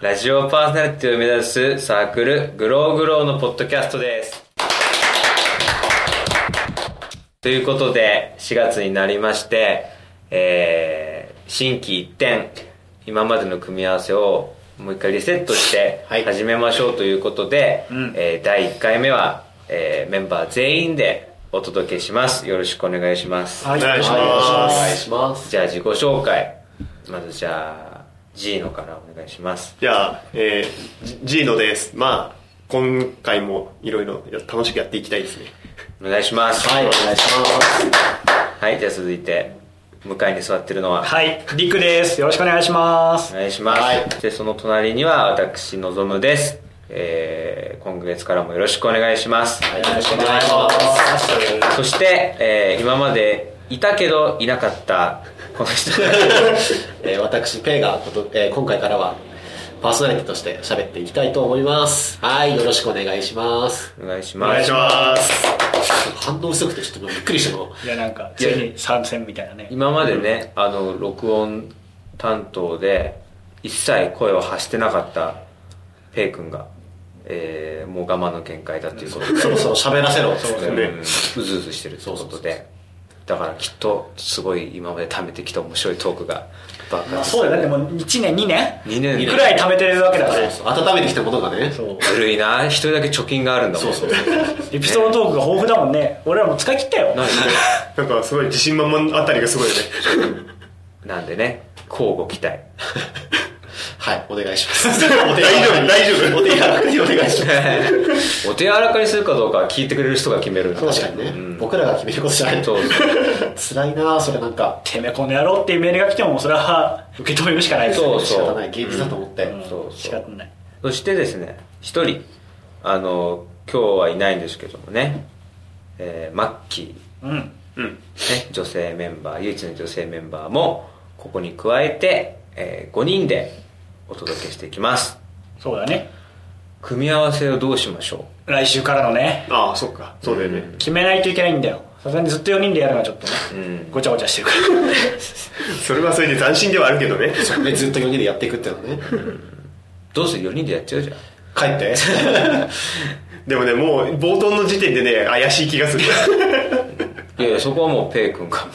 ラジオパーソナリティを目指すサークル、グローグローのポッドキャストです。ということで、4月になりまして、えー、新規一転、今までの組み合わせをもう一回リセットしてはい始めましょうということで、うんえー第1回目は、えーメンバー全員でお届けします。よろしくお願いします。はいお願いしますおお願願いいしますじゃあ自己紹介。まずじゃあ、G のからお願いします。じゃあ、えー、ジジーノです。まあ、今回もいろいろ楽しくやっていきたいですね。お願いします。はいお願いしますはい、じゃあ続いて、向かいに座ってるのは、はい、りくです。よろしくお願いしますお。願いします。はいで、その隣には、私、のぞむです。えー、今月からもよろしくお願いします。よろしくお願いしますそして、えー、今まで、いたけど、いなかった、この人。えー私ペイがこと、えー今回からはパーソナリティとして喋っていきたいと思いますはいよろしくお願いしますお願いしおます。願いします。反応不足ってちょっとびっくりしたのいや、なんか、ついに参戦みたいなね。今までね、あの、録音担当で、一切声を発してなかった、ペイ君が、えー、もう我慢の限界だということで。そろそろ喋らせろそううんねうずうずしてるということでだからきっとすごい今まで貯めてきた面白いトークが爆まあ、発そうだよ、だってもう1年、2年2年くらい貯めてるわけだから。そう温めてきたことがねそう。ずるいな一人だけ貯金があるんだもんそうそうエピソードトークが豊富だもんね。俺らも使い切ったよ。なんでなんかすごい自信満々あたりがすごいよね。なんでね交互期待 はいお願いします お手柔らかに大丈夫大丈夫お手柔らかにお願いしまお手柔らかにするかどうかは聞いてくれる人が決めるんだす確かにね、うん僕らが決めることじゃないそう辛いなあそれなんかてめえ、この野郎っていうメールが来ても、それは受け止めるしかないですよそう仕方ない現実だと思って、うんそうそう仕方ない。そしてですね一人あの今日はいないんですけどもね、えーマッキーうん。うん。ね、女性メンバー唯一の女性メンバーもここに加えて、え5人でお届けしていきますそうだね。組み合わせをどうしましょ来週からのね、ああ、そっか。そうだよね。決めないといけないんだよ。さすがにずっと4人でやるのはちょっとね、うんごちゃごちゃしてるから。それはそれで斬新ではあるけどね。そうねずっと4人でやっていくっていうのねうどうする4人でやっちゃうじゃん帰ってでもね、もう冒頭の時点でね、怪しい気がする。いやいやそこはもうペイ君がも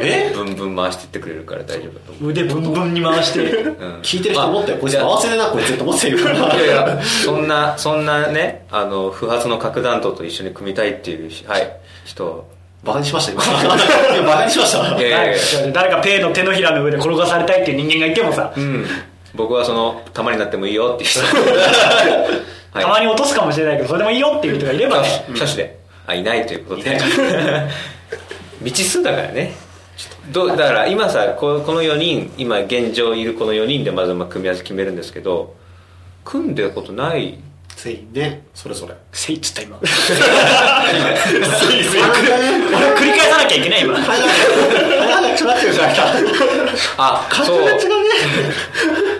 えうブンブン回してってくれるから大丈夫だと思腕ブンブンに回 して。う、うん、聞いてる人思ったよこいつ合わせでなこいつって思ってるからいやいやそんなそんなねあの不発の核弾頭と一緒に組みたいっていう、はい、人バカにしました今いやバカにしましたいやいやいや誰かペイの手のひらの上で転がされたいっていう人間がいてもさ、うん僕はその玉になってもいいよっていう 人はいたまに落とすかもしれないけどそれでもいいよっていう人がいればねキャッシュで、あいないということで 未知数だからねどだから今さここの4人今現状いるこの4人でまずまあ組み合わせ決めるんですけど組んでることないついにねそれぞれせいっつった今ついつい俺 繰り返さなきゃいけない 今鼻が詰まってるじゃないかあ形そうが違うね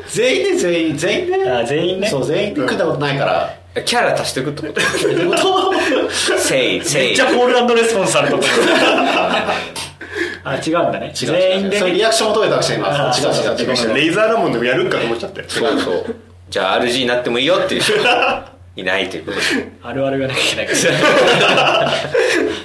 全員ね全員全員ねあ全員ねそう全員で組んだことないからキャラ足していくってことどういうことせいせめっいちゃコールレスポンスされたと思うあ違うんだね違う全員でそういうリアクションを取れたわけじゃないあ今違う違う違うレイザーラモンでもやるんかと思っちゃったよ。そうそうじゃあ RG になってもいいよっていう 人いないということであるあるがなきゃいけない から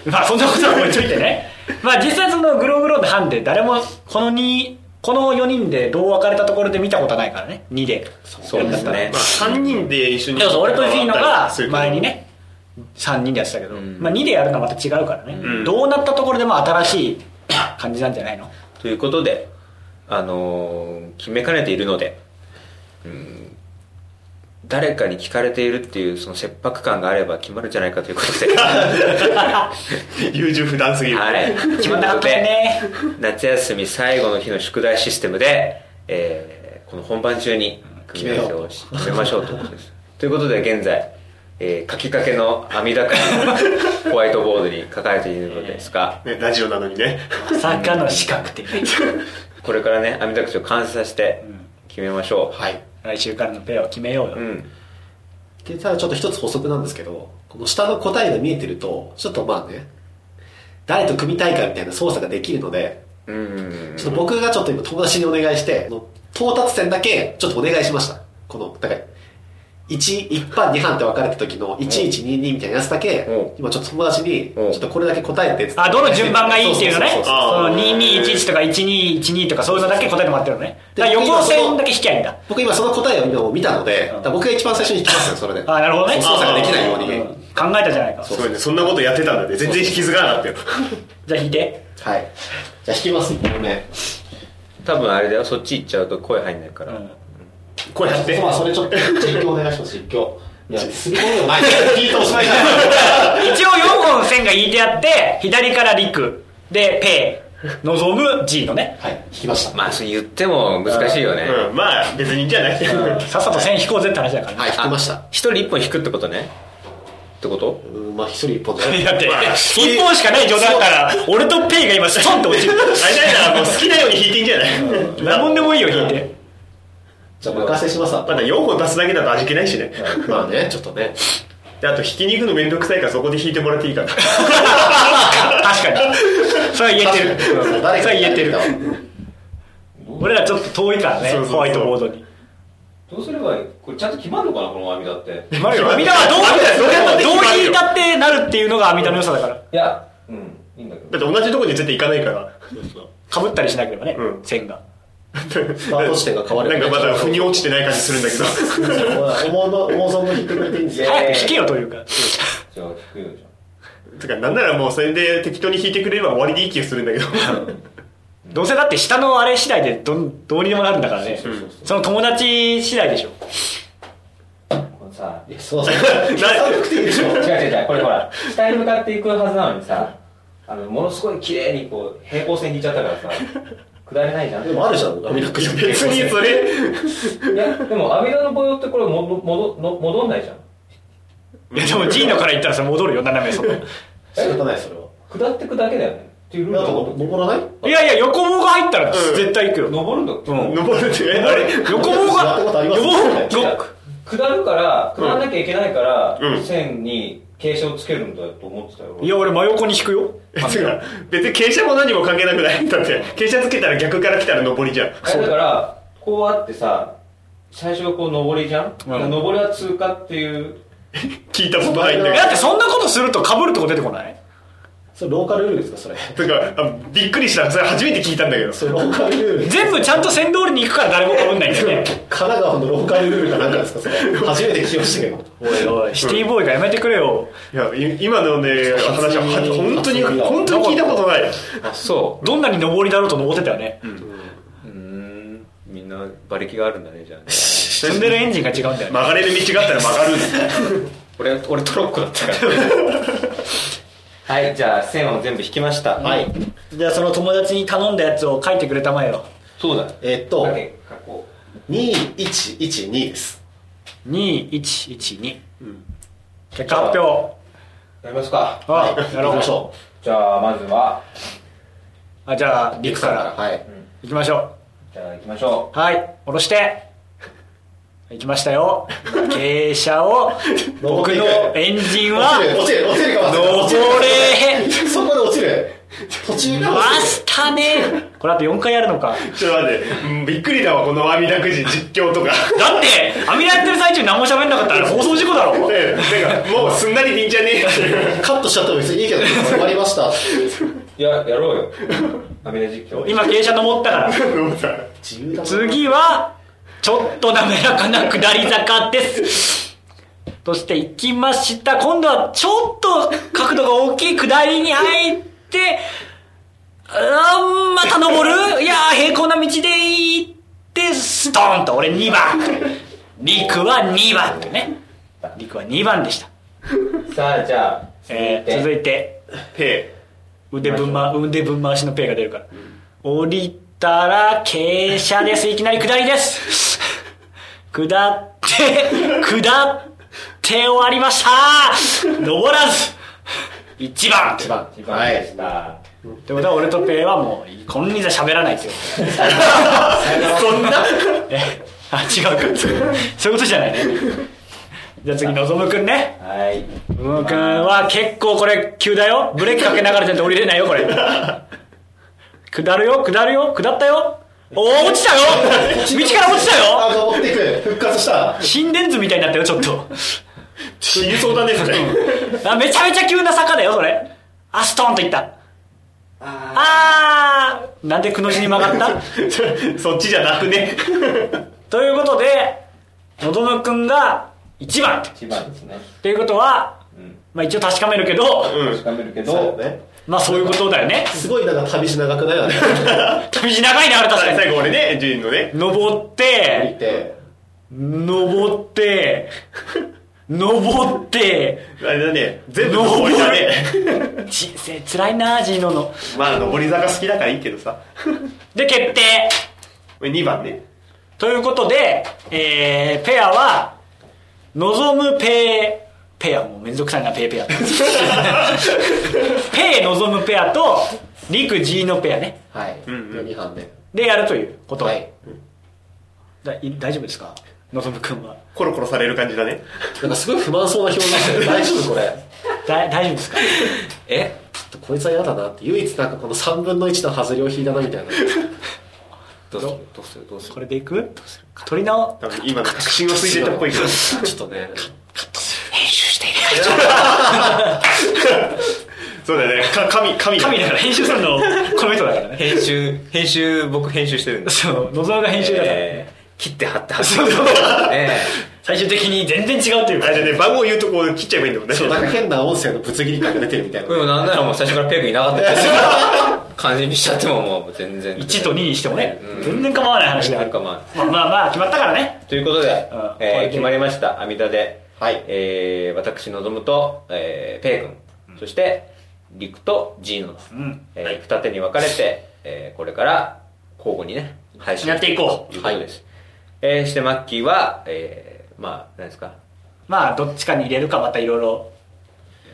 まあそんなことは置いといてねまあ実際そのグローグローの班で誰もこの2この4人でどう分かれたところで見たことはないからね2でそうですねまあ、3人で一緒に。でもそう俺とフィーノがすると前に。ね3人でやってたけど、んまあ、2でやるのはまた違うからね、んどうなったところでも新しい感じなんじゃないのということで、あのー決めかねているので、うん誰かに聞かれているっていうその切迫感があれば決まるんじゃないかということ で、優柔不断すぎる。はい、決まんなかったよ ねということで夏休み最後の日の宿題システムで、えーこの本番中に組み合わせをし決めましょうということです。ということで現在、えー書きかけの網だくじ をホワイトボードに書かれているのですが、ねラジオなのにね。まさかの四角ってねこれからね網だくじを完成させて決めましょはい来週からのペアを決めようよ、う。うんでただちょっと一つ補足なんですけどこの下の答えが見えてるとちょっとまあね誰と組みたいかみたいな操作ができるのでうんちょっと僕がちょっと今友達にお願いして、トータツ点だけちょっとお願いしました。この、だから、1、一班、二班って分かれた時の、1122みたいなやつだけうん、今ちょっと友達に、ちうょんっとこれだけ答えてっつってあどの順番がいいっていうのねそうそそうそうそうあーの2211とか1212とかそういうのだけ答えてもらってるのねだからで横線だけ引きゃいいんだ僕今その答えを今もう見たので、うんだから僕が一番最初に引きますよ、それで。あなるほどねそう操作ができないよううんに。考えたじゃないかすごいねそんなことやってたんだって全然引きずらなかったよじゃあ引いてはい。じゃあ引きます、1本目。多分あれだよそっち行っちゃうと声入んないから、うんこれやってまあそれちょっ と、実況お願いします、実況。いや、するものでもない。聞いておしまい だ。一応4本線が引いてあって左から陸でペイ望む G のねはい、引きました。まあそれ言っても難しいよね、うん、まあ別にいいんじゃないさっさと線引こうぜって話だからね、はい、引きましたあ。一人一本引くってことねってことうん、まあ一人一本で。 だって、まあ一本しかない冗談から、俺とペイが今、ストンと落ち る。あれだよなもう好きなように弾いていいんじゃない何本でもいいよ、引い て。じゃあお任せしますわまだ4本足すだけだと味気ないしねまあ ね、ちょっとね。であと引きに行くのめんどくさいからそこで弾いてもらっていいから確かに。それは言えてる。確かにそれは言えてる。俺らちょっと遠いからねそうそう、そうホワイトボードに。どうすればいいこれちゃんと決まるのかなこの網だってみんなはどう、どう引いたってなるっていうのが阿弥陀の良さだから。いやうんいいんだけだって同じとこに絶対行かないからかぶったりしなければねう、ん線が。タート地点が変 わるなんかまだ腑に落ちてない感じするんだけど思うの、思う存分引いてくれていいんですよ。早く引けよというか。じゃあ聞くよじゃてかなんならもうそれで適当に弾いてくれれば終わりでいい気がするんだけどどうせだって下のあれ次第でどんどうにでもなるんだからねそうそうそう。その友達次第でしょ。このさいやそうそう。なくていいでしょ。違う違う違うこれほら下に向かっていくはずなのにさあのものすごい綺麗にこう平行線にいっちゃったから さ下れないじゃんでもあるじゃん、網だくじゃん。別にそれいやでも網戸のボードってこれも戻の戻んないじゃんいやでも G のから言ったらさ、戻るよ、斜めそこ。 仕方ない、それは。下ってくだけだよねっていうルールあだと、登らないいやいや、横棒が入ったらうん絶対行くよ。 登るんだようん登るってえあれ横棒やったことが、あります横い棒やが、下るから下らなきゃいけないから、うん線に傾斜をつけるんだと思ってたよいや、俺真横に引くよ。えてか別に傾斜も何も関係なくないだって傾斜つけたら逆から来たら上りじゃんあれだからこうあってさ最初はこう上りじゃん、うん上りは通過っていう聞いたことないんだえけどだってそんなことすると被るとこ出てこないそれローカルルールですか、それ。てかあびっくりしたそれ初めて聞いたんだけどそれローカルルール。全部ちゃんと線通りに行くから誰も被んないんだよね。神奈川のローカルルールかなんかですか、それ。初めて聞きましたけど。おいおい、シティボーイがやめてくれよ。いやい今のね話はは本当に本当に聞いたことないあそどんなに登りだろうと登ってたよね。ううんみんな馬力があるんだねじゃあね積んでるエンジンが違うんだよね。曲がれる道があったら曲がるんだ 俺俺トロッコだったからはいじゃあ線を全部引きましたはいじゃあその友達に頼んだやつを書いてくれたまえよ。そうだえーっとだけ書こ2112です。 2112。結果発表。うやりますかあ、やろ行きうまし。ょじゃあまずはあ、じゃあ、う。陸からはい。行きましょう。じゃあ行きましょはい、下ろして。行きましたよ。傾斜を、 僕のエンジンは落ち、る、落ちる、落ちるかも登れそこで落ちる。途中がま落ちる。したねこれあと4回やるのか。ちょっと待ってうんびっくりだわこの網だくじ実況とかだって、網やってる最中に何も喋んなかったら放送事故だろ。でなんかもうすんなりでいいんじゃねえっていうカットしちゃったら別にいいけど、終わりました。ういややろう よアメリカ実況今傾斜登ったから。思った自由だな。次は、ちょっと滑らかな下り坂です。そして行きました。今度はちょっと角度が大きい下りに入って、うーん、また登るいやー、平行な道で行って、ストーンと俺2番。リクは2番ってね。リクは2番でした。さあじゃあ続いえー、て続いて、ペ腕ぶんま、腕ぶん回しのペイが出るから。降りたら、傾斜です。いきなり下りです。下って、下って終わりました登らず一番一番。一は番でいし。た、ってことは俺とペイはもう、こんにちは喋らないってこと。そんなえあ、違うか。そういうことじゃないね。じゃあ次、のぞむくんね。はいのぞむくんは結構これ急だよ。ブレーキかけながらじゃないと降りれないよ、これ。下るよ、下るよ、下ったよ。おお落ちたよ道から落ちたあよ登っていく復活した心電図みたいになったよちょっと死にそうだね、それ。あめちゃめちゃ急な坂だよそれあストーンといったあーなんでくの字に曲がったそっちじゃなくね。ということでのどのくんが1番って一番ですねということは、うんまあ、一応確かめるけど、うん確。かめるけそうどだねまあそういうことだよねすごいなんか旅し長くないあれ降旅路長いねあれ確か最に後俺ね、ジンのね。登っりてて登って登ってあれだね、全部登りだね。人生つらいなジーノのまあ、登り坂好きだからいいけどさ。で決定2番ね。ということで、えー、ペアは望むペーペアもうめんどくさいなペーペア ペー望むペアとリクジーノペアねはいんうん2班目でやるということ、はいだい大丈夫ですか望むくんはコロコロされる感じだね。なんかすごい不満そうな表情してる大丈夫これだ大丈夫ですかえちょっとこいつは嫌だなって唯一なんかこの3分の1の外れを引いたなみたいなどうするどうするどうするこれでいく取り直多分今の確信をついてたっぽいけど。ちょっとね編集していそうだね。か神、神神だから編集するのこの人だからね 編集編集僕編集してるんですそう望むが編集だから、えー切って貼って貼ってね最終的に全然違うっていうあれだね、番号言うとこう切っちゃえばいいんだもんね。なんか変な音声のぶつ切り感が出てるみたいえなでもなんならもう最初からペグいなかったですよ 感じにしちゃってももう全然1と2にしてもね、うん全然構わない話であなるんかかままあまあまあ決まったからねあということで、これえでー決まりました阿弥陀で、はいえー私望むと、えー、ペイ君、そして陸とジーノの、うんえー二手に分かれて、えーこれから交互にね配信やっていこうということです、えーしてマッキーは、えーまあ何ですかまあどっちかに入れるかまたいろいろ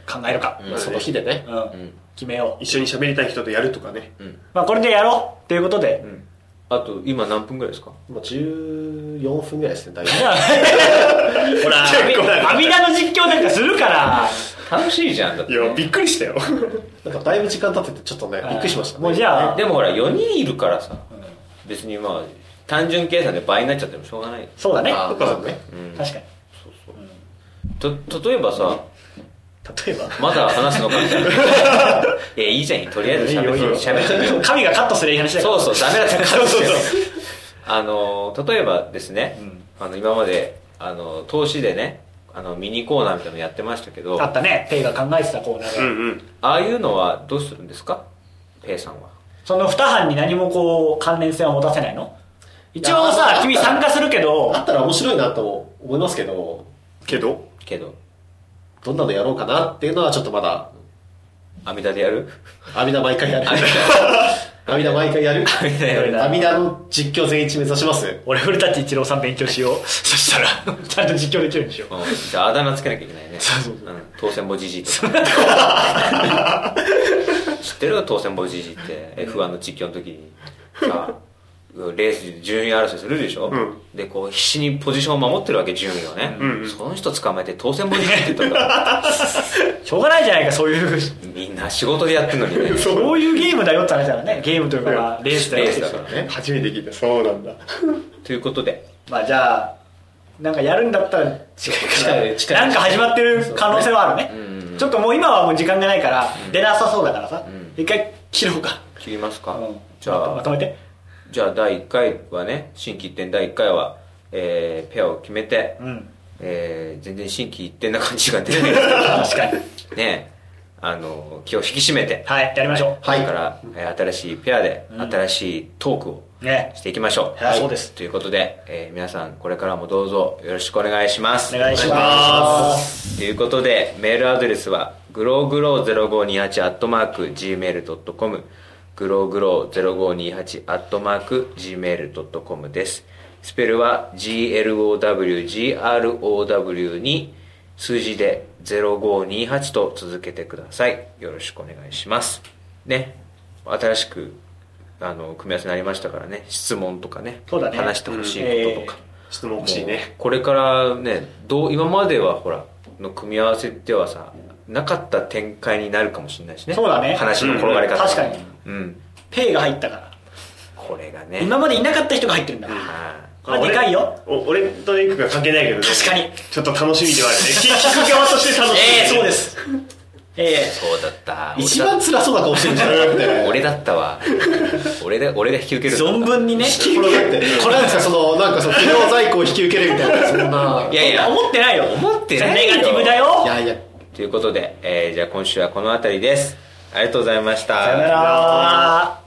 考えるか、まあその日でねうんん決めよう、一緒に喋りたい人とやるとかね。うんまあ、これでやろうということで、あと今何分ぐらいですかもう14分ぐらいですね大体じゃあほら結構な阿弥陀の実況なんかするから楽しいじゃんだっていね、や、びっくりしたよ。なんかだいぶ時間経っててちょっとねびっくりしましたねもうじゃあでもほら4人いるからさ、別にまあ単純計算で倍になっちゃってもしょうがないそうだねあーまあね確かにと例えばさ例えば まだ話すのかみ たいないやいいじゃんとりあえずしゃべいいよいいよってみよう神がカットする 話だからそうそうダメだったからそうそうそあの例えばですね、うんあの今まであの投資でねあのミニコーナーみたいなのやってましたけどああったねペイが考えてたコーナーうが、んうん。あいうのはどうするんですかペイさんはその二班に何もこう関連性を持たせないの一応さ君参加するけどあったら面白いなとも思いますけどけど、けどどんなのやろうかなっていうのはちょっとまだ阿弥陀でやる阿弥陀毎回やる 阿弥陀毎回やる阿陀やる弥陀の実況全一目指します俺古舘一郎さん勉強しようそしたらちゃんと実況できるんでしょうんじゃああだ名つけなきゃいけないねうん当選ボジジイとか知ってる当選ボジジイって F1 の実況の時にさレースで順位争いするでしょ、うんでこう必死にポジションを守ってるわけ順位をね、んうんその人捕まえて当選ボジジイって言ったらしょうがないじゃないかそういうみんな仕事でやってるのにねそういうゲームだよって話だからねゲームというかまあレースだよレースだからね初めて聞いた。そうなんだ。ということでまあじゃあなんかやるんだったら近い近いなんか始まってる可能性はあるねうんうんちょっともう今はもう時間がないから出なさそうだからさ、ん一回切ろうか、切りますか、うんじまとゃまあとめてじゃあ第1回はね新規一点第1回は、えーペアを決めて、うんえー全然新規一点な感じが出ない 確かにねあの気を引き締めて、はいやりましょうはい、から、えー新しいペアで、新しいトークをねしていきましょう。はいそうですということで、えー皆さんこれからもどうぞよろしくお願いします。お願いしお願いしまますということで、メールアドレスは、グローグロー0528アットマーク gmail.com、グローグロー0528アットマーク gmail.com です。スペルは glowgrow に数字で0528と続けてください。よろしくお願いします。ね。新しく、あの、組み合わせになりましたからね、質問とかね、そうだね話してほしいこととか。質問欲しいね。これからねどう今まではほらの組み合わせではさなかった展開になるかもしれないしねそうだね話の転がり方、うん確かにうんペイが入ったからこれがね今までいなかった人が入ってるんだあこれでかい よお俺とレイクが関係ないけど、ね、確かにちょっと楽しみではあるねき聞く側として楽しみええそうですえーそうだった一番辛そうな顔してるじゃん。だって俺だったわ 俺だ俺が引き受えけるの存分にねこれだって、これなんですか、その、なんかその、企業在庫を引き受けるみたいな、そんな。いやいや思ってないよ思ってないよネガティブだよいやいや、ということで、えーじゃあ今週はこの辺りですありがとうございましたさよなら